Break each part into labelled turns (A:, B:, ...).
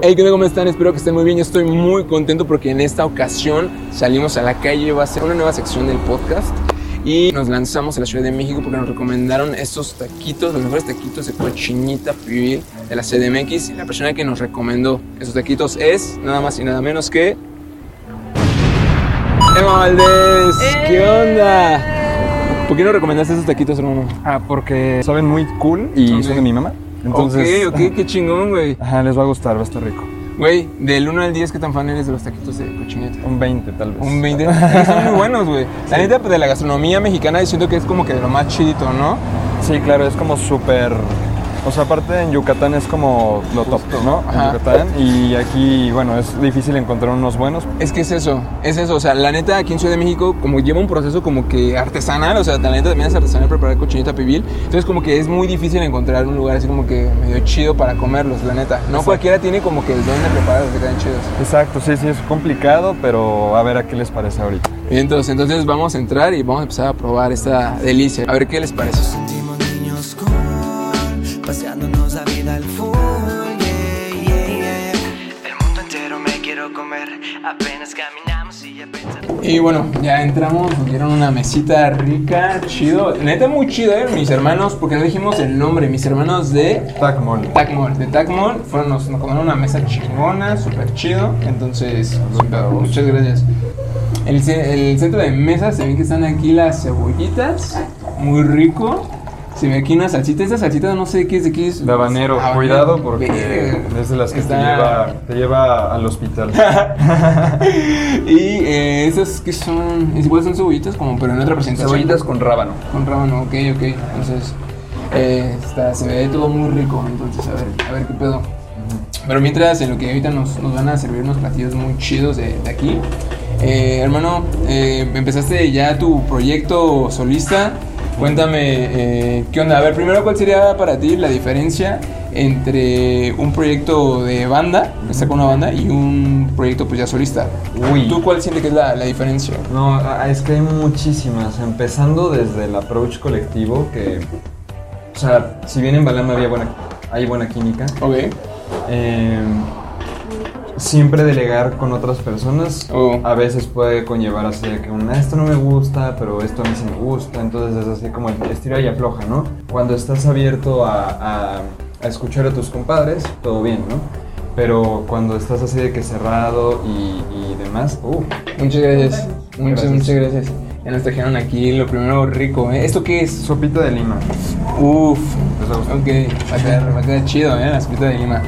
A: Hey, ¿qué tal? ¿Cómo están? Espero que estén muy bien. Yo estoy muy contento porque en esta ocasión salimos a la calle. Va a ser una nueva sección del podcast. Y nos lanzamos a la Ciudad de México porque nos recomendaron estos taquitos, los mejores taquitos de cochinita pibil de la CDMX. Y la persona que nos recomendó esos taquitos es nada más y nada menos que. Emma Valdés. ¿Qué onda? ¿Por qué nos recomendaste esos taquitos, hermano?
B: Ah, porque saben muy cool y
A: Ok.
B: son de mi mamá. Entonces,
A: ok, ok, qué chingón, güey.
B: ajá, les va a gustar, va a estar rico.
A: Güey, del 1 al 10, ¿qué tan fan eres de los taquitos de cochinita?
B: Un 20 tal vez.
A: Un 20. Son muy buenos, güey. La neta, pues, de la gastronomía mexicana, yo siento que es como que de lo más chidito, ¿no?
B: Sí, claro, es como súper... O sea, aparte en Yucatán es como lo
A: Justo.
B: top, ¿no?
A: Ajá.
B: En Yucatán. Y aquí, bueno, es difícil encontrar unos buenos.
A: Es que es eso, es eso. O sea, la neta, aquí en Ciudad de México, como lleva un proceso como que artesanal, o sea, la neta también es artesanal preparar cochinita pibil. Entonces, como que es muy difícil encontrar un lugar así como que medio chido para comerlos, la neta. No cualquiera tiene como que el don de prepararlos, que quedan chidos.
B: Exacto, sí, sí, es complicado, pero a ver a qué les parece ahorita.
A: Y entonces, entonces vamos a entrar y vamos a empezar a probar esta delicia. A ver qué les parece.
C: sentimos niños cool, paseándonos la vida al full. yeah, yeah, yeah. El mundo entero me quiero comer, apenas caminamos y ya pensamos.
A: Y bueno, ya entramos, nos dieron una mesita rica, chido. Neta, muy chido, ¿eh? Mis hermanos, porque no dijimos el nombre, mis hermanos de
B: Tacmol.
A: Tacmol. De Tacmol fueron, nos, nos comieron una mesa chingona, súper chido. Entonces, pues, sin pedo, muchas gracias. El, ce- el centro de mesa, se ven que están aquí las cebollitas, muy rico. Se ve aquí una salsita, esta salsita no sé de qué es, de qué es.
B: De habanero,
A: Habanero,
B: cuidado porque
A: verga.
B: es de las que te
A: Está-
B: lleva, te lleva al hospital.
A: y eh, esas que son, es igual son cebollitas como, pero en otra presentación.
B: con rábano.
A: Con rábano, ok, ok. Entonces, eh, está, se ve todo muy rico. Entonces, a ver, a ver qué pedo. Pero mientras, en lo que ahorita nos, nos van a servir unos platillos muy chidos de, de aquí. Eh, hermano, eh, empezaste ya tu proyecto solista. Cuéntame, eh, ¿qué onda? A ver, primero, ¿cuál sería para ti la diferencia entre un proyecto de banda, estar con una banda, y un proyecto pues ya solista?
B: Uy.
A: ¿Tú cuál sientes que es la, la diferencia?
B: No, a- es que hay muchísimas, empezando desde el approach colectivo, que, o sea, si bien en Balam había buena, hay buena química,
A: Ok.
B: eh, siempre delegar con otras personas
A: Oh.
B: a veces puede conllevar así de que un, "Ah, esto no me gusta, pero esto a mí sí me gusta, entonces es así como el estira y afloja, ¿no? Cuando estás abierto a, a- a escuchar a tus compadres, todo bien, ¿no? Pero cuando estás así de que cerrado y, y demás, uh,
A: Muchas gracias. Muchas,
B: Gracias.
A: muchas gracias. Ya nos trajeron aquí lo primero rico, ¿eh? ¿Esto qué es?
B: sopita de lima.
A: Uf.
B: Les va a gustar.
A: Ok, va a quedar, va a quedar chido, ¿eh? La sopita de lima.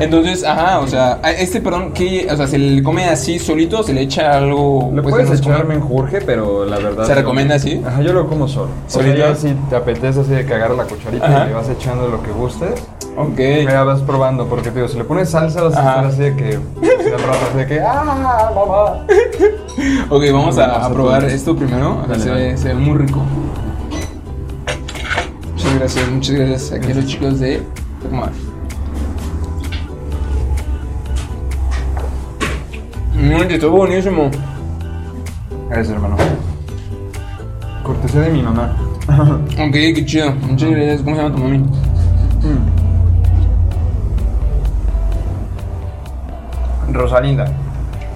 A: Entonces, ajá, o sea, a este, perdón, ¿qué? O sea, ¿se le come así solito o se le echa algo?
B: Le
A: pues,
B: puedes
A: que nos
B: echar
A: come?
B: menjurje, pero la verdad.
A: ¿Se
B: yo-
A: recomienda así?
B: Ajá, yo lo como solo.
A: ¿Solito?
B: O sea, ya si te apetece así de cagar la cucharita
A: Ajá.
B: y le vas echando lo que gustes.
A: Ok.
B: Ya vas probando, porque te digo, si le pones salsa vas
A: Ajá.
B: a estar así de que. pues, Al rato así de que. ¡Ah, mamá!
A: Ok, vamos a, a
B: Vamos a
A: probar
B: probar.
A: esto primero. Acá
B: Dale,
A: se,
B: dale.
A: ve, se ve muy rico. Muchas gracias, muchas gracias. Aquí a los chicos de Tecmar. Mmm, estuvo buenísimo.
B: Gracias, hermano. Cortesía de mi mamá.
A: Ok, qué chido. Muchas gracias. ¿Cómo se llama tu mami?
B: Rosalinda.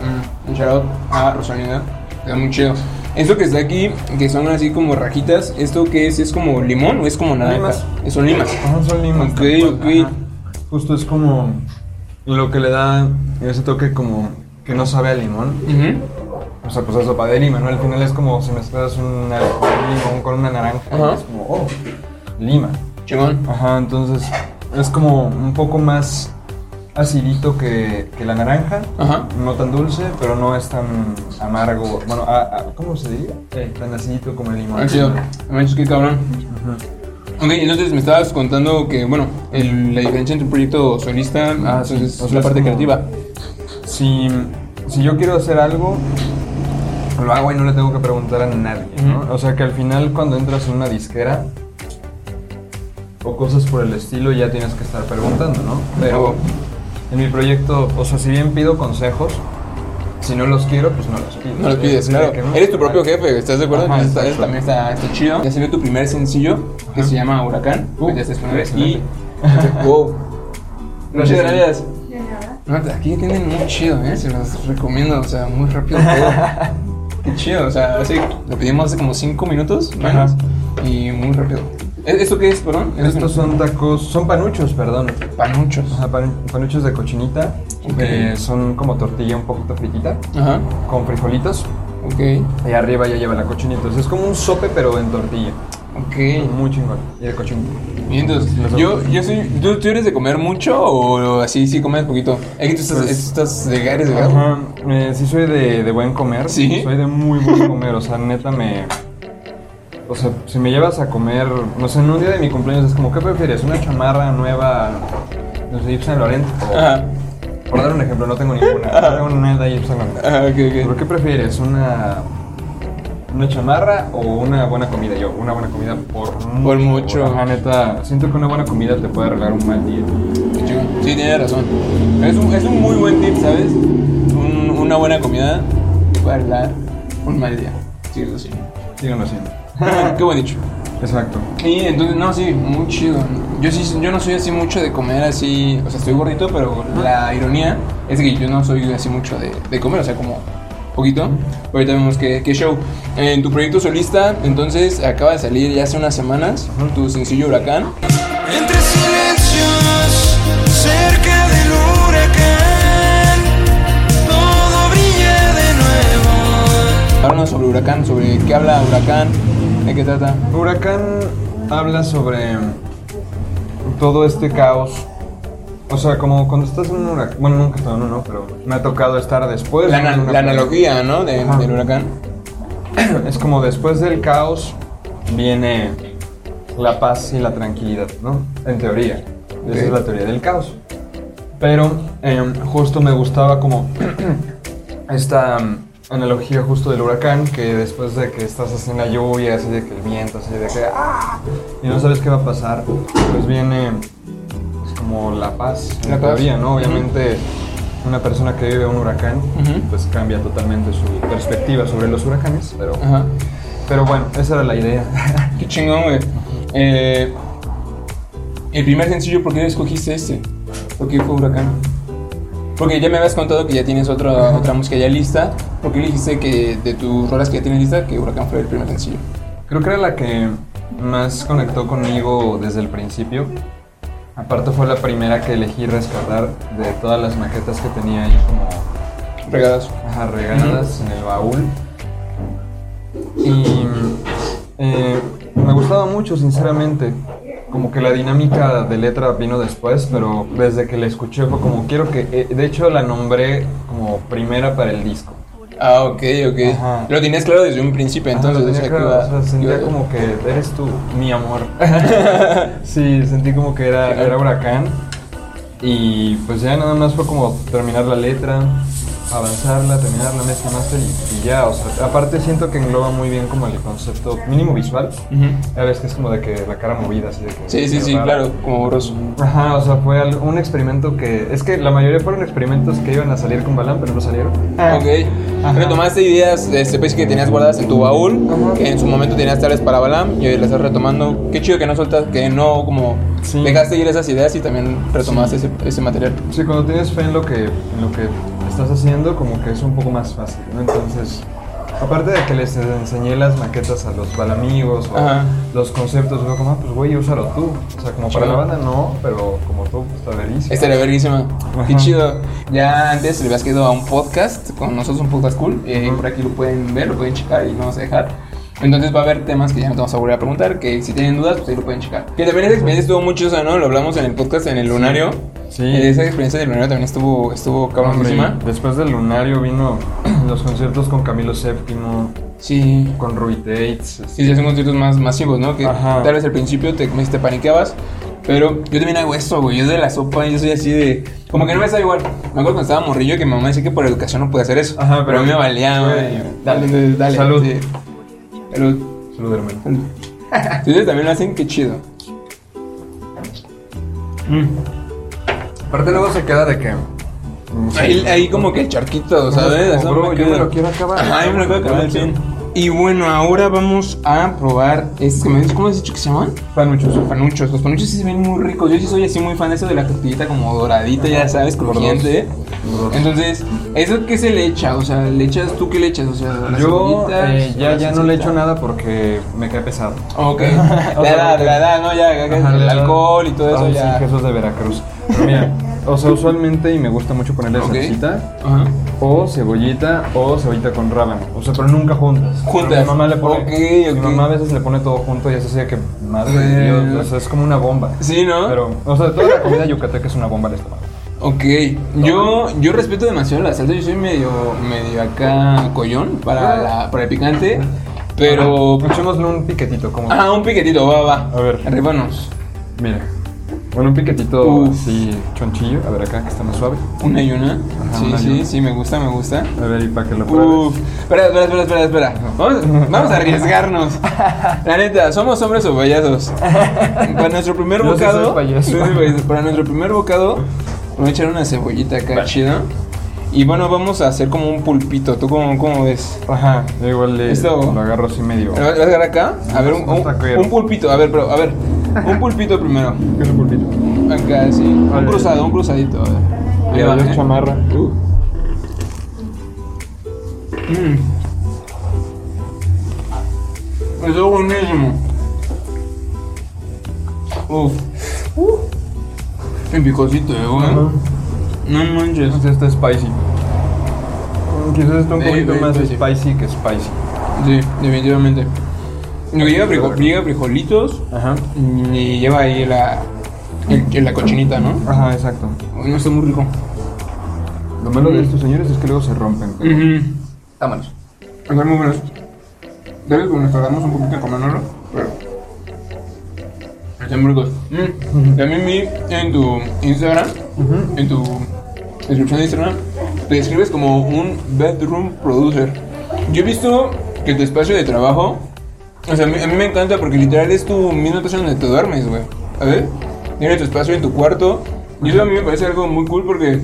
A: Mm, Un shout out a Rosalina. Está muy chido. Esto que está aquí, que son así como rajitas, ¿esto qué es? ¿Es como limón o es como naranja?
B: Limas.
A: Eh, Son limas.
B: Ajá, son limas.
A: Ok,
B: tal cual,
A: ok.
B: ajá. Justo es como lo que le da ese toque como que no sabe a limón.
A: Ujú.
B: O sea, pues es sopa de lima, ¿no? Al final es como si mezclas un alcohol limón con una naranja. y
A: Ajá.
B: es como, oh, lima.
A: Chingón.
B: Ajá, entonces es como un poco más acidito que, que la naranja.
A: Ajá.
B: No tan dulce, pero no es tan amargo. Bueno, a- a- ¿cómo se diría? Tan acidito como el limón.
A: Ah, chido. No manches, qué cabrón. Ok, entonces me estabas contando que, bueno, el- la diferencia entre un proyecto solista,
B: Ah, sí.
A: entonces,
B: O sea,
A: la
B: es
A: parte
B: como-
A: creativa.
B: si, si yo quiero hacer algo, lo hago y no le tengo que preguntar a nadie, ¿no? O sea que al final cuando entras en una disquera o cosas por el estilo ya tienes que estar preguntando, ¿no? Pero en mi proyecto, o sea, si bien pido consejos, si no los quiero, pues no los pido.
A: No lo pides,
B: Sí,
A: claro.
B: que no.
A: Eres tu propio jefe, ¿estás de acuerdo?
B: Ajá,
A: Entonces,
B: exacto.
A: eso también está, está chido. Ya salió tu primer sencillo, que
B: Ajá.
A: se llama Huracán.
B: Uh,
A: Pues ya está disponible. Y.
B: excelente.
A: wow. Muchas
B: Gracias.
A: gracias.
D: De nada.
A: Neta, Aquí tienen muy chido, ¿eh? Se los recomiendo, o sea, muy rápido todo. Qué chido, o sea, así lo pedimos hace como 5 minutos menos y muy rápido. ¿E- ¿Esto qué es, perdón? ¿Es
B: Estos son tacos, son panuchos, perdón.
A: panuchos.
B: Ajá, pan- panuchos de cochinita.
A: Ok.
B: eh, son como tortilla un poquito fritita,
A: Ajá,
B: con frijolitos.
A: ok,
B: Y arriba ya lleva la cochinita. Entonces, es como un sope, pero en tortilla.
A: ok.
B: Muy chingón. Y el cochinito.
A: Y entonces,
B: Los
A: yo,
B: otros.
A: yo soy, ¿tú, tú eres de comer mucho o así sí comes poquito? Es que tú estás,
B: Pues-
A: estás de gares, ¿verdad?
B: Ajá. eh, sí, soy de, de buen comer.
A: ¿Sí?
B: Soy de muy buen comer. O sea, neta me. O sea, si me llevas a comer, no sé, en un día de mi cumpleaños es como, ¿qué prefieres? ¿Una chamarra nueva, no sé, Yves Saint Laurent? O-
A: Ajá,
B: Por dar un ejemplo, no tengo ninguna, no tengo nada de Yves Saint Laurent.
A: ajá, ok,
B: ¿Pero
A: ok.
B: qué prefieres? ¿Una, ¿Una chamarra o una buena comida? Yo, una buena comida por mucho.
A: Por mucho.
B: Ajá, neta, siento que una buena comida te puede arreglar un mal día.
A: Qué chido. Sí, tienes razón. Es un, es un muy buen tip, ¿sabes? Un- una buena comida para dar un mal día. Sí, eso sí.
B: Síganlo haciendo.
A: Qué buen dicho.
B: Exacto.
A: Y entonces, no, sí, muy chido. Yo sí, yo no soy así mucho de comer así, o sea, estoy gordito, pero la ironía es que yo no soy así mucho de, de comer, o sea, como poquito. Ahorita vemos qué, qué show. En tu proyecto solista, entonces, acaba de salir ya hace unas semanas tu sencillo Huracán.
C: Entre silencios, cerca del huracán, todo brilla de nuevo.
A: Háblanos sobre Huracán, sobre qué habla Huracán, de qué trata.
B: Huracán habla sobre todo este caos. O sea, como cuando estás en un huracán. Bueno, nunca he estado en uno, pero me ha tocado estar después.
A: La,
B: en
A: ana-
B: una
A: la
B: playa.
A: analogía, ¿no? De-
B: Ajá.
A: del Huracán.
B: Es como después del caos viene la paz y la tranquilidad, ¿no? En teoría.
A: Ok.
B: Esa es la teoría del caos. Pero eh, justo me gustaba como esta mm, analogía justo del huracán, que después de que estás así en la lluvia, así de que el viento, así de que... ¡ah! Y no sabes qué va a pasar, pues viene pues, como la paz, en
A: La paz.
B: teoría,
A: Ujú.
B: ¿no? Obviamente una persona que vive un huracán,
A: Ujú.
B: pues cambia totalmente su perspectiva sobre los huracanes, pero...
A: Ajá.
B: Pero bueno, esa era la idea.
A: Qué chingón, güey. Eh, el primer sencillo, ¿por qué escogiste este? ¿Por qué fue Huracán? Porque ya me habías contado que ya tienes otra, otra música ya lista. ¿Por qué dijiste que de tus rolas que ya tienes lista, que Huracán fue el primer sencillo?
B: Creo que era la que más conectó conmigo desde el principio. Aparte fue la primera que elegí rescatar de todas las maquetas que tenía ahí como
A: Regadas.
B: ajá, regadas en el baúl. Y eh, me gustaba mucho, sinceramente. Como que la dinámica de letra vino después, pero desde que la escuché fue como quiero que... eh, de hecho la nombré como primera para el disco.
A: Ah, ok, ok.
B: Ajá.
A: Lo tenías claro desde un principio,
B: Ajá,
A: entonces.
B: lo tenía
A: o sea, que
B: Ah, claro,
A: iba-
B: o sea, sentía
A: iba-
B: como que eres tú, mi amor. sí, sentí como que era,
A: Claro.
B: era huracán. Y pues ya nada más fue como terminar la letra, avanzarla, terminar la mezcla master y, y ya. O sea, aparte siento que engloba muy bien como el concepto mínimo visual.
A: Ujú.
B: Ya ves que es como de que la cara movida, así de que...
A: Sí, sí, sí,
B: rara.
A: claro, como borroso.
B: Ajá, o sea, fue al- un experimento que... Es que la mayoría fueron experimentos que iban a salir con Balán, pero no salieron.
A: Ok.
B: Ah. Ajá.
A: Retomaste ideas de este pues, que tenías guardadas en tu baúl,
B: Ajá.
A: que en su momento tenías tales para Balam y hoy las estás retomando. Qué chido que no soltas, que no como
B: Sí.
A: dejaste ir esas ideas y también retomaste ese, ese material.
B: Sí, cuando tienes fe en lo que, en lo que estás haciendo, como que es un poco más fácil, ¿no? Entonces, aparte de que les enseñé las maquetas a los balamigos o
A: Ajá.
B: los conceptos, fue como, ah, pues güey, úsalo tú. O sea, como para
A: Chido.
B: la banda no, pero como tú, pues está verísimo.
A: Estaría verguísima. Qué
B: Ajá.
A: chido. Ya antes le habías quedado a un podcast con nosotros, un podcast cool. eh,
B: Ujú.
A: Por aquí lo pueden ver, lo pueden checar y lo vamos a dejar. Entonces va a haber temas que ya no te vamos a volver a preguntar, que si tienen dudas, pues ahí lo pueden checar. Que también esa experiencia estuvo muy chistosa, ¿no? Lo hablamos en el podcast en el lunario.
B: Sí.
A: Eh, Esa experiencia del lunario también estuvo, estuvo
B: Hombre,
A: cabronísima.
B: y después del lunario vino los conciertos con Camilo VII,
A: Sí.
B: con Rui Tates. este,
A: Y se hacen conciertos más masivos, ¿no? Que
B: Ajá.
A: tal vez al principio te, como dices, te paniqueabas. Pero yo también hago esto, güey. Yo de la sopa, yo soy así de. Como que no me sabe igual. Me acuerdo cuando estaba morrillo que mi mamá decía que por educación no podía hacer eso.
B: Ajá, pero-
A: pero a mí me valía,
B: Güey,
A: güey.
B: dale,
A: Entonces,
B: salud.
A: sí. Salud.
B: Salud, hermano.
A: Salud. Si ustedes también lo hacen, qué chido.
B: Mm. Aparte luego se queda de que... mm,
A: Ahí, ahí como que el charquito,
B: Ajá,
A: ¿sabes?
B: como,
A: Así
B: bro, yo me
A: quedo.
B: lo quiero acabar.
A: Ajá, yo me lo quiero
B: Yo me
A: acabar al
B: lo quiero.
A: fin. Y bueno, ahora vamos a probar estos que me dices, ¿cómo has dicho que se llaman?
B: Panuchos.
A: Los panuchos. Los panuchos sí se ven muy ricos. Yo sí soy así muy fan de eso de la tortillita como doradita, ya sabes, crujiente.
B: Gordos.
A: Entonces, ¿eso qué se le echa? O sea, ¿le echas tú qué le echas? O sea, las
B: Yo
A: cebollitas,
B: eh, ya,
A: la
B: ya no le echo
A: salsita.
B: nada porque me cae pesado.
A: Ok.
B: O
A: la
B: sea,
A: edad,
B: porque-
A: la edad, ¿no? Ya, ya,
B: Ajá,
A: el
B: le-
A: alcohol y todo eso
B: Ah,
A: ya.
B: Sí, que eso es de Veracruz. Pero mira, o sea, usualmente y me gusta mucho ponerle
A: Ok.
B: salsita
A: Ajá.
B: o cebollita o cebollita con rábano. O sea, pero nunca juntas.
A: Juntas.
B: Pero Mi mamá le pone.
A: Ok,
B: Mi
A: ok.
B: mamá a veces le pone todo junto y es así de que madre de
A: Bueno.
B: Dios, o sea, es como una bomba.
A: Sí, ¿no?
B: Pero, o sea, toda la comida yucateca es una bomba al estómago.
A: Ok, yo, yo respeto demasiado la salsa, yo soy medio, medio acá collón para, la- para el picante, pero...
B: Ah. Ajá, echémosle un piquetito como
A: Ah, un piquetito, va, va.
B: A ver.
A: Arríbanos.
B: Mira. Bueno, un piquetito
A: Uf.
B: así chonchillo. A ver acá, que está más suave.
A: Una y una.
B: Ajá,
A: sí,
B: una y
A: sí,
B: una.
A: sí, me gusta, me gusta.
B: A ver, y para que lo pruebes.
A: Uf, espera, espera, espera, espera, espera. Vamos, vamos a arriesgarnos. La neta, somos hombres o payasos. Para nuestro primer
B: Yo sí soy
A: bocado.
B: payaso.
A: yo soy payaso. Para nuestro primer bocado, voy a echar una cebollita acá chida. Y bueno, vamos a hacer como un pulpito. ¿Tú cómo, cómo ves?
B: Ajá, yo igual le,
A: Esto-
B: lo agarro así medio.
A: ¿Lo vas a agarrar acá? A ver, un,
B: Un
A: un-
B: taquero.
A: un pulpito. A ver, pero, a ver. Un pulpito primero.
B: ¿Qué es el pulpito?
A: Acá, sí.
B: A
A: Un
B: ver.
A: cruzado, un cruzadito. A ver. Ahí va,
B: Mira, yo
A: ¿eh?
B: chamarra.
A: Uh. Mm. Eso es buenísimo. Uf. En picosito, eh, güey.
B: Ajá.
A: No manches.
B: Entonces está spicy. Mm, Quizás está un
A: Ve,
B: poquito
A: ve,
B: más
A: ve, sí.
B: spicy que spicy.
A: Sí, definitivamente. Lleva, frijo- lleva frijolitos
B: Ajá.
A: y lleva ahí la, el- la cochinita, ¿no?
B: Ajá, exacto.
A: Uy, No está muy rico.
B: Lo malo de estos señores es que luego se rompen. pero-
A: Vámonos. Están muy buenos. Tal vez nos tardamos un poquito en comérnoslo, pero. Están muy ricos. Mm. También vi en tu Instagram,
B: Ujú.
A: en tu descripción de Instagram, te describes como un bedroom producer. Yo he visto que tu espacio de trabajo. O sea, a mí, a mí me encanta porque literal es tu mismo espacio donde te duermes, güey. A ver, tienes tu espacio en tu cuarto. Y eso a mí me parece algo muy cool porque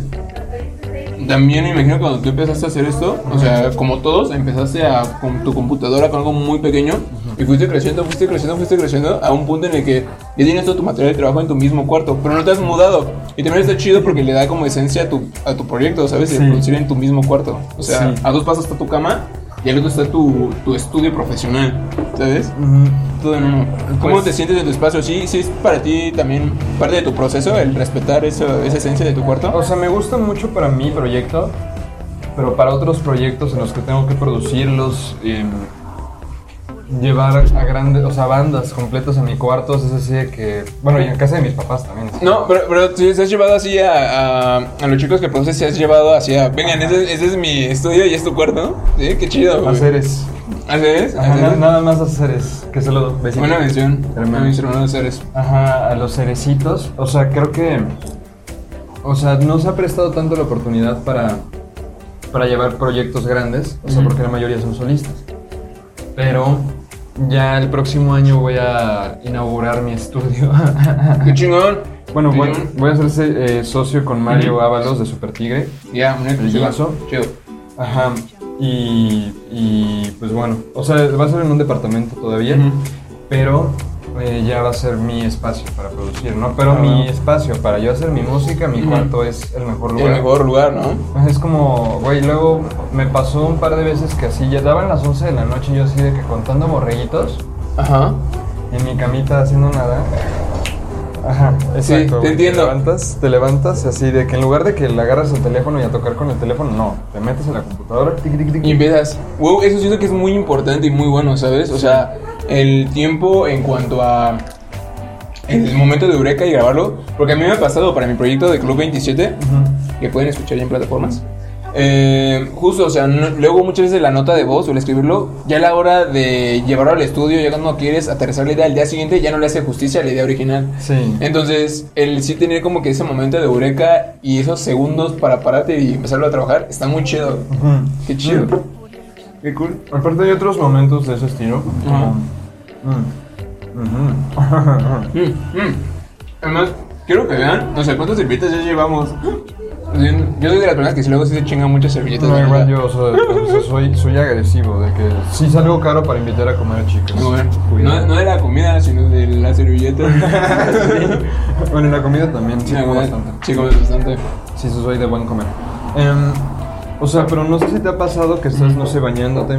A: también me imagino cuando tú empezaste a hacer esto, o sea, como todos, empezaste a, con tu computadora con algo muy pequeño y fuiste creciendo, fuiste creciendo, fuiste creciendo a un punto en el que ya tienes todo tu material de trabajo en tu mismo cuarto, pero no te has mudado. Y también está chido porque le da como esencia a tu, a tu proyecto, ¿sabes? De
B: Sí.
A: producir en tu mismo cuarto. O sea,
B: Sí.
A: a dos pasos está tu cama y al otro está tu, tu estudio profesional, ¿sabes?
B: Ujú.
A: Todo en uno. ¿Cómo
B: Mm. Pues-
A: te sientes en tu espacio? ¿Sí, sí es para ti también parte de tu proceso el respetar eso, esa esencia de tu cuarto?
B: O sea, me gusta mucho para mi proyecto, pero para otros proyectos en los que tengo que producirlos, em, llevar a grandes, o sea, bandas completas a mi cuarto, es así de que, bueno, y en casa de mis papás también. ¿sí?
A: No, pero, pero si se has llevado así a, a, a los chicos que produces, se has llevado así a, vengan, ese, ese es mi estudio y es tu cuarto, ¿sí? Qué chido, güey.
B: Hacer es.
A: ¿Aceres?
B: Ajá, na- nada más hacer es. Que se lo besito.
A: Buena mención,
B: Hermano.
A: a mis hermanos Aceres.
B: Ajá, a los cerecitos. O sea, creo que. O sea, no se ha prestado tanto la oportunidad para, para llevar proyectos grandes. O sea,
A: Ujú.
B: porque la mayoría son solistas. Pero ya el próximo año voy a inaugurar mi estudio.
A: Qué chingón.
B: bueno,
A: Qué
B: voy,
A: chingón.
B: voy a hacerse eh, socio con Mario
A: Ujú.
B: Ábalos de Super Tigre.
A: Ya, un exclusiva.
B: Brillazo.
A: Chido.
B: Ajá. Y, y pues bueno, o sea, va a ser en un departamento todavía,
A: Ujú.
B: pero eh, ya va a ser mi espacio para producir, ¿no? Pero
A: Ah,
B: mi
A: bueno.
B: espacio para yo hacer mi música, mi
A: Ujú.
B: cuarto es el mejor
A: El
B: lugar.
A: mejor lugar, ¿no?
B: Es como, güey, luego me pasó un par de veces que así, ya daban las 11 de la noche y yo así de que contando borreguitos
A: Ajá.
B: en mi camita haciendo nada. Ajá,
A: Sí,
B: exacto.
A: te
B: güey.
A: entiendo.
B: Te levantas, te levantas así de que en lugar de que le agarras el teléfono y a tocar con el teléfono, no, te metes a la computadora. tic, tic, tic,
A: Y empiezas. Wow, eso siento que es muy importante y muy bueno, ¿sabes? O sea, el tiempo en cuanto a. El momento de Eureka y grabarlo. Porque a mí me ha pasado para mi proyecto de Club 27.
B: Ujú.
A: que pueden escuchar ya en plataformas. Eh, justo, o sea, no- luego muchas veces la nota de voz o el escribirlo, ya a la hora de llevarlo al estudio, ya cuando quieres aterrizar la idea al día siguiente, ya no le hace justicia a la idea original.
B: Sí.
A: Eh, Entonces, el sí tener como que ese momento de eureka y esos segundos para pararte y empezarlo a trabajar, está muy chido.
B: Ujú.
A: Qué chido.
B: Mm.
A: Qué cool.
B: Aparte hay otros momentos de ese estilo.
A: Ajá.
B: como, mm, ujú. Mm.
A: Mm, mm. Además, quiero que vean, no sé cuántos invitados ya llevamos. Yo, yo soy de las personas que si luego sí se chingan muchas servilletas.
B: No,
A: la
B: igual
A: neta.
B: yo o sea, o sea, soy, soy agresivo, de que sí salgo caro para invitar a comer a chicas.
A: No, bueno,
B: Cuidado.
A: no, no de la comida, sino de las servilletas.
B: bueno, en la comida también, sí,
A: Sí,
B: como
A: güey,
B: bastante.
A: sí, comes bastante.
B: Sí, sí, soy de buen comer. Em, o sea, pero no sé si te ha pasado que estás, no sé, bañándote.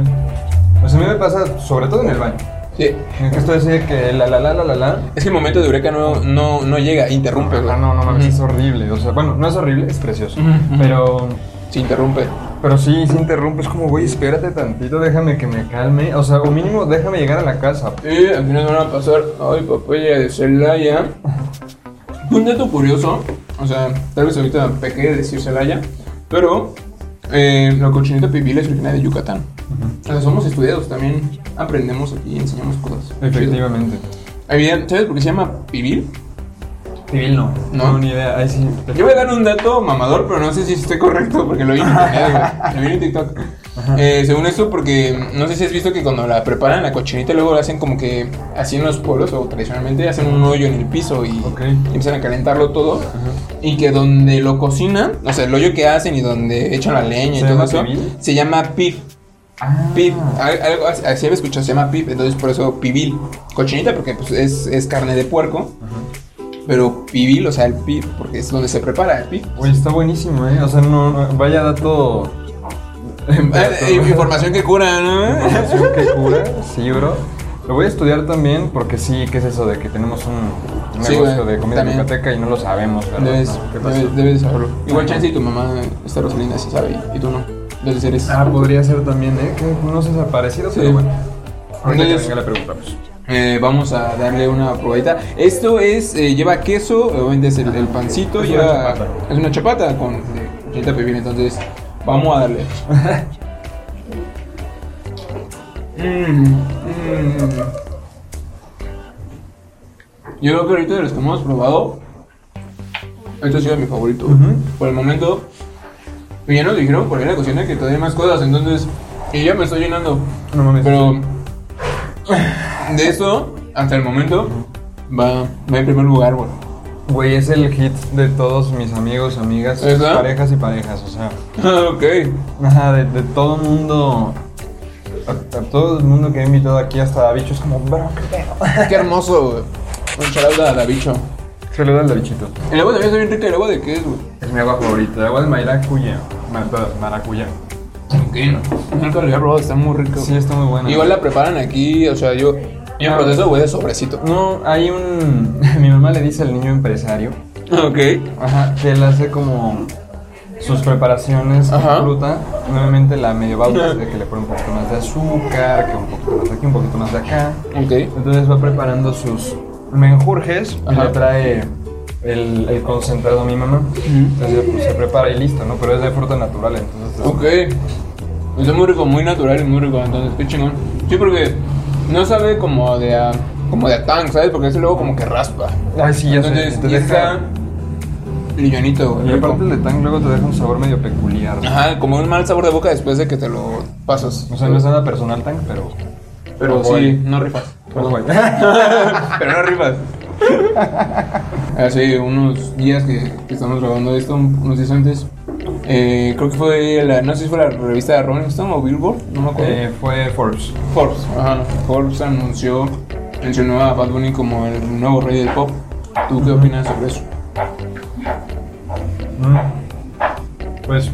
B: O sea, a mí me pasa, sobre todo en el baño.
A: Sí.
B: En el que estoy así de que la la la la la la.
A: Es que el momento de Eureka no, no, no llega, interrumpe, güey.
B: Ah, no, no mames,
A: Ujú.
B: es horrible. O sea, bueno, no es horrible, es precioso.
A: Ujú, ujú.
B: Pero.
A: Sí, interrumpe.
B: Pero sí, sí interrumpe, es como, güey, espérate tantito, déjame que me calme. O sea, o mínimo déjame llegar a la casa.
A: Y al final van a pasar, ay, papaya de Celaya. Un dato curioso, o sea, tal vez ahorita pequé de decir Celaya, pero eh, la cochinita pibil es originaria de Yucatán. O sea, somos estudiados, también aprendemos aquí y enseñamos cosas.
B: Efectivamente.
A: Evident- ¿Sabes por qué se llama pibil?
B: Civil no.
A: No.
B: No, ni idea. Ahí sí.
A: Yo voy a dar un dato mamador, pero no sé si esté correcto porque lo vi en internet, güey. Lo vi en TikTok. Eh, según esto, porque no sé si has visto que cuando la preparan la cochinita, luego la hacen como que así en los pueblos o tradicionalmente hacen un hoyo en el piso y
B: Ok.
A: empiezan a calentarlo todo. Y que donde lo cocinan, o sea, el hoyo que hacen y donde echan la leña y
B: ¿Se
A: todo
B: llama
A: eso,
B: pibil?
A: se llama pif.
B: Ah.
A: Pip, al- algo así, así había escuchado, se llama pip, entonces por eso pibil. Cochinita porque pues, es, es carne de puerco, pero pibil, o sea, el pip, porque es donde se prepara el pip.
B: Oye, está buenísimo, ¿eh? O sea, no, no- vaya dato.
A: Eh, eh, información que cura, ¿no?
B: Información que cura, sí, bro. Lo voy a estudiar también porque sí, ¿qué es eso de que tenemos un
A: Sí,
B: negocio
A: güey,
B: de comida
A: también.
B: yucateca y no lo sabemos, ¿verdad?
A: Debes,
B: No, ¿Qué pasó?
A: debes, debes saberlo. Igual chance y tu mamá está Rosalina, sí sabe, y, y tú no. Entonces eres...
B: Ah, podría ser también, ¿eh? Que no sé si ha parecido,
A: Sí.
B: pero bueno. Ahorita que
A: Entonces-
B: venga pues. le preguntamos.
A: Eh, vamos a darle una probadita. Esto es, eh, lleva queso, obviamente es el, el pancito,
B: Es una
A: lleva...
B: chapata.
A: es una chapata con eh, cochinita pibil, entonces vamos a darle. Mm, mm. Yo creo que ahorita de los que hemos probado, este ha sido mi favorito.
B: Ujú.
A: Por el momento, y ya nos dijeron por ahí en la cocina que todavía hay más cosas, entonces, y ya me estoy llenando.
B: No mames.
A: Pero de eso, hasta el momento, va, va en primer lugar, güey.
B: Güey, es el hit de todos mis amigos, amigas,
A: ¿Esa?
B: parejas y parejas, o sea.
A: Ah, ok.
B: Ajá, de, de todo el mundo. A, a todo el mundo que he invitado aquí, hasta a bichos como, bro, qué pedo.
A: Qué hermoso, güey. Un charauda a la bicho.
B: Saludos al bichito.
A: El agua también está bien rica, el agua de qué es, güey.
B: Es mi agua favorita, agua de maracuya. Ma- Maracuya.
A: Ok. Nunca lo había probado, está muy rico.
B: Sí, está muy buena.
A: Igual la preparan aquí, o sea, yo. Yo en proceso, güey, de sobrecito.
B: No, hay un. Mi mamá le dice al niño empresario.
A: Ah, Ok.
B: Ajá, que él hace como sus preparaciones con
A: Ajá.
B: fruta. Nuevamente la medio bauta de que le pone un poquito más de azúcar, que un poquito más de aquí, un poquito más de acá.
A: Ok.
B: Entonces va preparando sus menjurjes y
A: Ajá.
B: le trae el, el concentrado a mi mamá. Entonces pues, se prepara y listo, ¿no? Pero es de fruta natural, entonces. pues,
A: Ok. Está muy rico, muy natural y muy rico, entonces, qué chingón. Sí, porque no sabe como de a, como de a tank, ¿sabes? Porque ese luego como que raspa.
B: Ay, sí, ya sé,
A: Entonces,
B: te
A: y
B: deja-
A: está livianito, güey,
B: Y
A: rico.
B: aparte el de tang luego te deja un sabor medio peculiar.
A: Ajá, como un mal sabor de boca después de que te lo pasas.
B: O sea, no es nada personal tang, pero.
A: Pero
B: ojo
A: sí,
B: ahí.
A: no rifas.
B: Ojo ahí.
A: Pero no rifas. Hace unos días que, que estamos grabando esto, unos días antes, eh, creo que fue la, no sé si fue la revista de Rolling Stone o Billboard, no me acuerdo.
B: Eh, fue Forbes.
A: Forbes, ajá, Forbes anunció, mencionó a Bad Bunny como el nuevo rey del pop. ¿Tú qué opinas sobre eso?
B: Mm. Pues.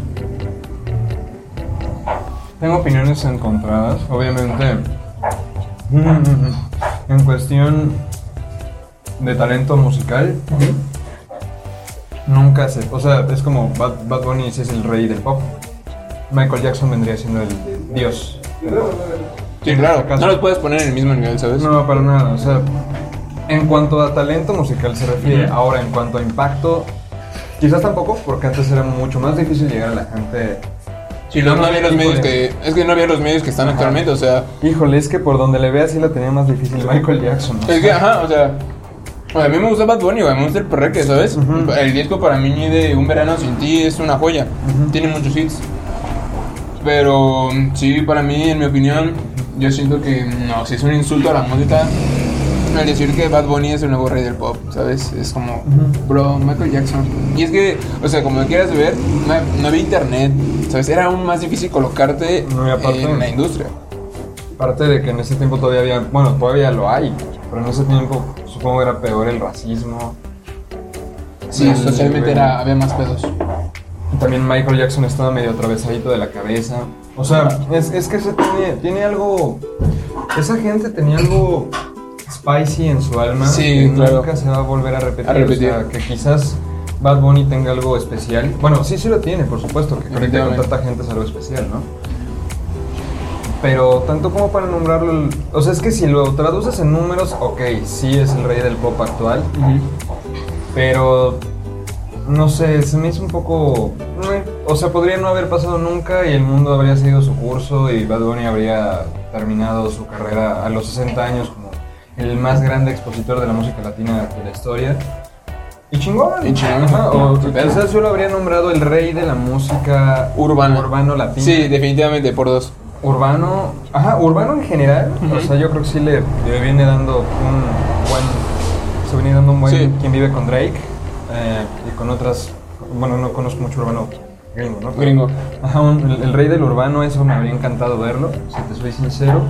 B: Tengo opiniones encontradas, obviamente. Mm, En cuestión de talento musical, nunca se. O sea, es como Bad, Bad Bunny sí es el rey del pop. Michael Jackson vendría siendo el dios.
A: Sí, claro,
B: ¿Acaso?
A: no los puedes poner en el mismo nivel, ¿sabes?
B: Pues No, para nada. O sea, en cuanto a talento musical se refiere,
A: Ujú.
B: ahora en cuanto a impacto, quizás tampoco, porque antes era mucho más difícil llegar a la gente.
A: Si no, no había los
B: Híjole.
A: medios que, es que no había los medios que están actualmente, o sea,
B: Híjole, es que por donde le veas sí la tenía más difícil Michael Jackson. ¿no?
A: Es que, ajá, o sea, o sea, a mí me gusta Bad Bunny, güey, me gusta el perreque, ¿sabes?
B: Ujú.
A: El disco para mí de Un Verano Sin Ti es una joya, tiene muchos hits. Pero mm, sí, para mí, en mi opinión, yo siento que no, si es un insulto a la música, al decir que Bad Bunny es el nuevo rey del pop, ¿sabes? Es como,
B: Ujú.
A: bro, Michael Jackson. Y es que, o sea, como quieras ver, no, no había internet, ¿sabes? Era aún más difícil colocarte
B: No, y aparte-
A: en la industria.
B: Aparte de que en ese tiempo todavía había, bueno, todavía lo hay, pero en ese tiempo supongo que era peor el racismo.
A: Sí,
B: El-
A: socialmente era, había más pedos.
B: También Michael Jackson estaba medio atravesadito de la cabeza. O sea, es, es que se tiene, tiene algo. Esa gente tenía algo spicy en su alma
A: Sí,
B: que nunca
A: claro.
B: se va a volver a repetir.
A: A repetir.
B: O sea, que quizás Bad Bunny tenga algo especial. Bueno, sí, sí lo tiene, por supuesto, que conecte con
A: Definitivamente.
B: tanta gente es algo especial, ¿no? Pero tanto como para nombrarlo. el- O sea, es que si lo traduces en números, ok, sí es el rey del pop actual. Pero no sé, se me hizo un poco. meh. O sea, podría no haber pasado nunca y el mundo habría seguido su curso y Bad Bunny habría terminado su carrera a los 60 años como el más grande expositor de la música latina de la historia. Y chingón.
A: Y chingón.
B: Ajá, o
A: Sí, pero-
B: quizás yo lo habría nombrado el rey de la música
A: Urbana.
B: urbano latina.
A: Sí, definitivamente, por dos.
B: Urbano, ajá, urbano en general, o sea, yo creo que sí le, le viene dando un buen, se viene dando un buen
A: Sí.
B: quien vive con Drake eh, y con otras, bueno, no conozco mucho urbano gringo, ¿no?
A: Gringo.
B: Ajá, un- el, el rey del urbano, eso me habría encantado verlo, si te soy sincero,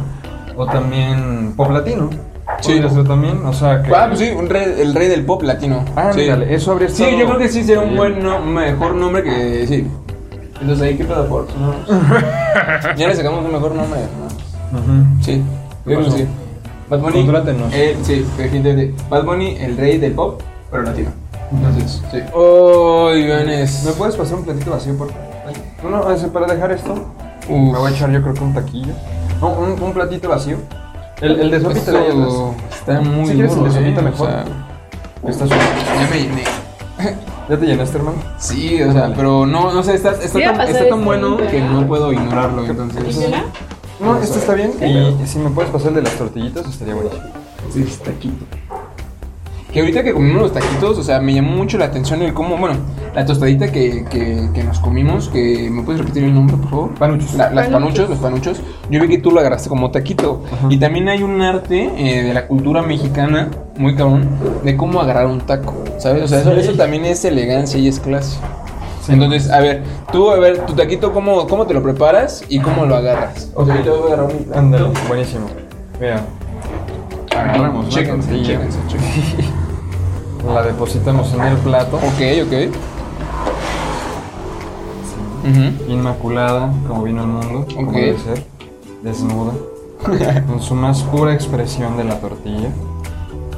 B: o también pop latino,
A: Sí.
B: podría ser también, o sea, que...
A: Ah, pues sí, un rey- el rey del pop latino. sí.
B: Ah, Ándale, eso habría
A: Sí,
B: estado-
A: yo creo que sí sería un
B: Bien.
A: buen, no- mejor nombre que sí. Entonces ahí qué pedo por sus nombres? Ya le sacamos un mejor nombre. ¿no?
B: Ujú.
A: Sí, yo creo que
B: Pasó.
A: sí. Bad Bunny.
B: Contrátenos.
A: eh, sí, definitivamente. Bad Bunny, el rey del pop, pero latino. Entonces, sí. Uy, Iván
B: ¿Me puedes pasar un platito vacío, por favor? No, no, ese, para dejar esto... Me voy a echar yo creo que un taquillo. No, un, un platito vacío. El, el de sopita de
A: Esto
B: ayudas.
A: Está muy
B: Si quieres el de
A: duro,
B: sopita
A: eh,
B: mejor.
A: o sea,
B: Está suave.
A: ya me llené.
B: ¿Ya te llenaste, hermano?
A: Sí, o sea, pero no, no sé, está, está
D: Voy a
A: tan,
D: pasar
A: está tan
D: esta
A: bueno
D: nunca.
A: que no puedo ignorarlo, entonces.
D: ¿Quisiera?
B: No, este está bien. Y si me puedes pasar el de las tortillitas, estaría bueno.
A: Sí, taquito. Que ahorita que comimos los taquitos, o sea, me llamó mucho la atención el cómo, bueno, la tostadita que, que, que nos comimos, que me puedes repetir el nombre, por favor.
B: Panuchos.
A: La- las panuchos,
D: Panuchos.
A: los panuchos. Yo vi que tú lo agarraste como taquito.
B: Ajá.
A: Y también hay un arte eh, de la cultura mexicana, muy cabrón, de cómo agarrar un taco, ¿sabes? O sea, eso,
B: Sí.
A: eso también es elegancia y es clase.
B: Sí. ah,
A: Entonces, a ver, tú, a ver, tu taquito, ¿cómo, cómo te lo preparas y cómo lo agarras?
B: Ok.
A: Yo te voy a agarrar mi taquito.
B: Ándale, buenísimo. Mira. Agarramos una
A: Chéquense,
B: tortilla.
A: chéquense, chéquense.
B: La depositamos en el plato.
A: Ok, ok. Ujú.
B: Inmaculada, como vino el mundo. Como
A: Ok.
B: debe ser. Desnuda. con su más pura expresión de la tortilla.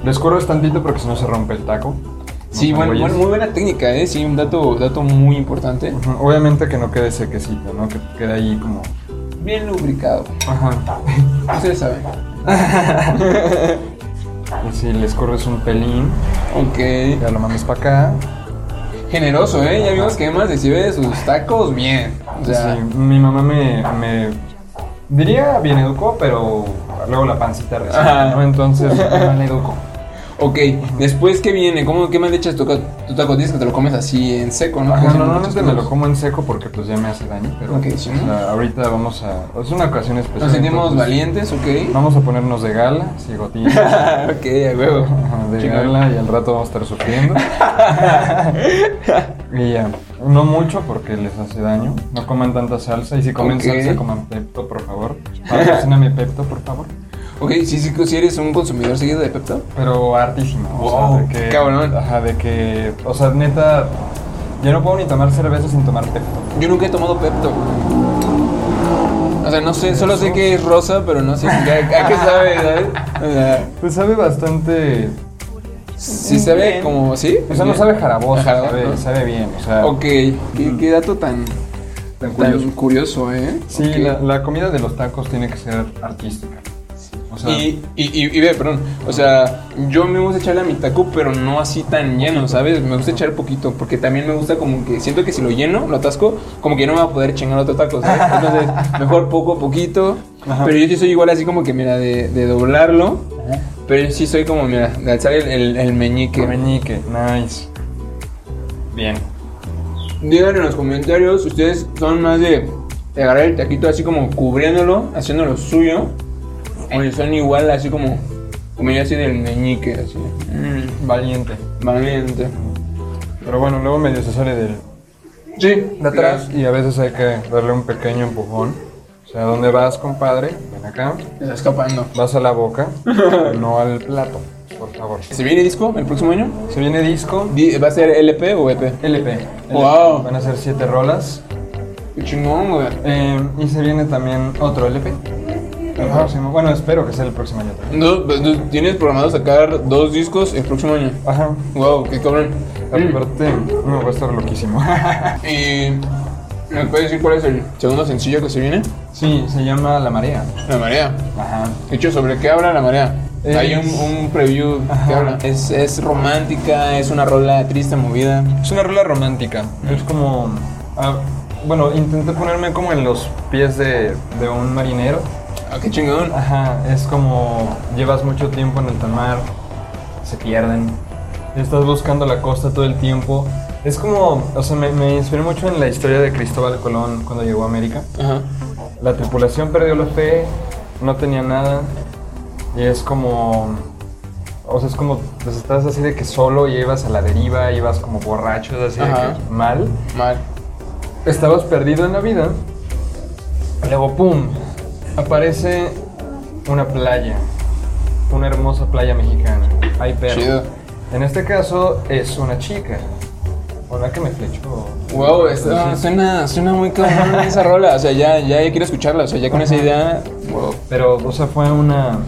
B: Le escurres tantito porque si no se rompe el taco.
A: Sí,
B: No
A: buen-
B: te
A: buen-
B: huelles.
A: muy buena técnica, ¿eh? Sí, un dato, dato muy importante.
B: Ujú, Obviamente que no quede sequecito, ¿no? Que quede ahí como...
A: Bien lubricado.
B: Ajá.
A: Ustedes saben.
B: Y si le escorres un pelín,
A: Ok.
B: ya lo mandas para acá.
A: Generoso, ¿eh? Ya vimos que además recibe sus tacos bien. O sea,
B: Sí, mi mamá me... me diría bien educó, pero luego la pancita recibe,
A: Ajá.
B: ¿no? Entonces, mal educó.
A: ok. Después, ¿qué viene? ¿Cómo, ¿Qué más le echas tu, ca- tu taco? Dices que te lo comes así en seco, ¿no?
B: Ajá,
A: Casi
B: normalmente
A: muchas
B: me lo
A: cosas.
B: como en seco porque pues ya me hace daño, pero
A: Ok, sí, ¿no?
B: o sea, ahorita vamos a... Es una ocasión especial.
A: Nos sentimos
B: entonces,
A: valientes, ok.
B: Vamos a ponernos de gala, cigotillas.
A: Ah, ok, a huevo.
B: Ajá, De
A: Chingón.
B: gala y al rato vamos a estar sufriendo. y ya, no mucho porque les hace daño. No coman tanta salsa. Y si comen
A: Ok.
B: salsa, coman Pepto, por favor. Patrocíname Pepto, por favor.
A: Ok, sí, sí, si eres un consumidor seguido de Pepto.
B: Pero hartísimo.
A: Wow,
B: de que,
A: cabrón.
B: Ajá, de que. O sea, neta. Yo no puedo ni tomar cerveza sin tomar Pepto.
A: Yo nunca he tomado Pepto. O sea, no sé, solo sé que es rosa, pero no sé a, a qué sabe, ¿sabes? O sea,
B: Pues sabe bastante.
A: sí sabe
B: Bien.
A: como, ¿sí?
B: O sea, no
A: Bien.
B: sabe jaraboso.
A: Jaraboso,
B: sabe,
A: ¿no?
B: sabe bien. O sea,
A: Ok, ¿Qué, qué dato tan,
B: tan
A: tan curioso, ¿eh?
B: Sí,
A: Ok.
B: la, la comida de los tacos tiene que ser artística. O sea,
A: Y, y, y, y ve, perdón, o sea, yo me gusta echarle a mi taco, pero no así tan lleno, ¿sabes? Me gusta echar poquito, porque también me gusta como que siento que si lo lleno, lo atasco, como que no me va a poder chingar otro taco, ¿sabes? Entonces, mejor poco a poquito,
B: Ajá.
A: pero yo sí soy igual así como que, mira, de, de doblarlo,
B: Ajá.
A: pero yo sí soy como, mira, de alzar el, el, el meñique.
B: Meñique, nice. Bien.
A: Digan en los comentarios, ustedes son más de, de agarrar el taquito así como cubriéndolo, haciéndolo suyo, o si son igual así como Comería así del meñique, así.
B: Valiente.
A: Valiente.
B: Pero bueno, luego medio se sale del,
A: Sí,
B: de atrás y a veces hay que darle un pequeño empujón. O sea, ¿dónde vas, compadre? Ven acá.
A: Se está escapando.
B: Vas a la boca, no al plato, por favor.
A: ¿Se viene disco el próximo año?
B: Se viene disco.
A: Di- ¿Va a ser LP o E EP?
B: LP.
A: Wow.
B: Van a ser siete rolas.
A: Qué chingón, güey.
B: Eh, y se viene también otro LP. El próximo. Bueno, espero que sea el próximo año también.
A: No, pues, tú tienes programado sacar dos discos el próximo año.
B: Ajá.
A: Wow, qué cabrón. Mm.
B: Aparte, no, va a estar loquísimo.
A: ¿Y me puedes decir cuál es el segundo sencillo que se viene?
B: sí, se llama La Marea.
A: La marea.
B: Ajá.
A: De hecho, ¿sobre qué habla la marea?
B: Es-
A: Hay un, un preview que
B: Ajá.
A: habla. Es, es romántica, es una rola triste, movida.
B: Es una rola romántica. Es como. ah, bueno, intenté ponerme como en los pies de, de un marinero.
A: Ah, qué chingón.
B: Ajá, es como. Llevas mucho tiempo en el mar, se pierden. Estás buscando la costa todo el tiempo. Es como. O sea, me, me inspiré mucho en la historia de Cristóbal Colón cuando llegó a América.
A: Ajá.
B: La tripulación perdió la fe, no tenía nada. Y es como. O sea, es como. Pues estás así de que solo y ibas a la deriva, ibas como borracho, así
A: Ajá.
B: de que mal.
A: Mal.
B: Estabas perdido en la vida. Luego, pum, aparece una playa. Una hermosa playa mexicana. Hay perros.
A: Chido.
B: En este caso es una chica. Hola que me flechó.
A: Wow, está-
B: Sí.
A: suena, suena muy cabrón esa rola. O sea, ya, ya quiero escucharla. O sea, ya con esa idea. Wow.
B: Pero, o sea, fue una,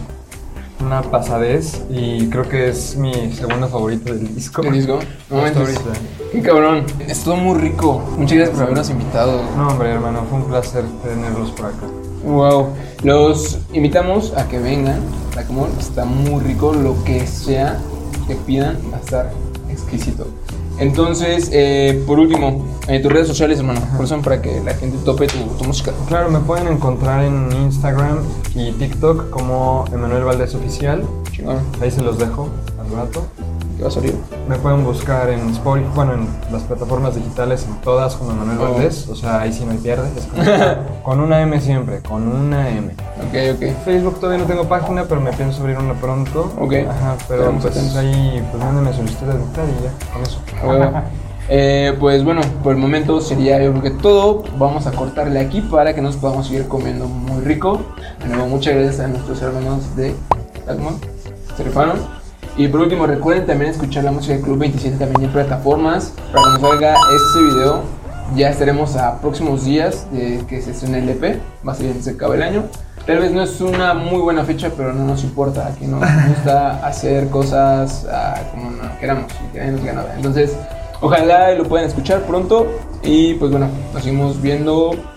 B: una pasadez y creo que es mi segunda favorita del disco.
A: ¿Qué disco? No
B: Hasta
A: manches.
B: ahorita.
A: Qué cabrón. Estuvo muy rico. Muchas gracias por habernos invitado.
B: No, hombre, hermano, fue un placer tenerlos por acá.
A: Wow. Los invitamos a que vengan. La común está muy rico. Lo que sea que pidan va a estar exquisito. Entonces, eh, por último, eh, tus redes sociales, hermano. Por eso, para que la gente tope tu, tu música.
B: Claro, me pueden encontrar en Instagram y TikTok como Emanuel Valdés Oficial.
A: Chingón.
B: Ahí se los dejo al rato.
A: ¿Qué va a salir?
B: Me pueden buscar en Spotify, bueno, en las plataformas digitales, en todas como Emanuel
A: Oh.
B: Valdés. O sea, ahí sí no hay pierde. es con- con una M siempre, con una M.
A: Ok, ok.
B: Facebook todavía no tengo página, pero me pienso abrir una pronto.
A: Ok.
B: Ajá, pero
A: Estaremos
B: pues
A: atentos.
B: ahí, pues mándenme solicitud de amistad y ya, con eso.
A: A huevo. Eh, pues bueno, por el momento sería yo creo que todo. Vamos a cortarle aquí para que nos podamos seguir comiendo muy rico. De nuevo, muchas gracias a nuestros hermanos de Tacma. Se rifaron. Y por último, recuerden también escuchar la música del Club 27 también en plataformas. Para que nos salga este video, ya estaremos a próximos días de que se estrene el EP. Va a ser se acabe el año. Tal vez no es una muy buena fecha, pero no nos importa. Aquí nos gusta hacer cosas ah, como no queramos y que nadie nos diga nada. Entonces, ojalá lo puedan escuchar pronto. Y pues bueno, nos seguimos viendo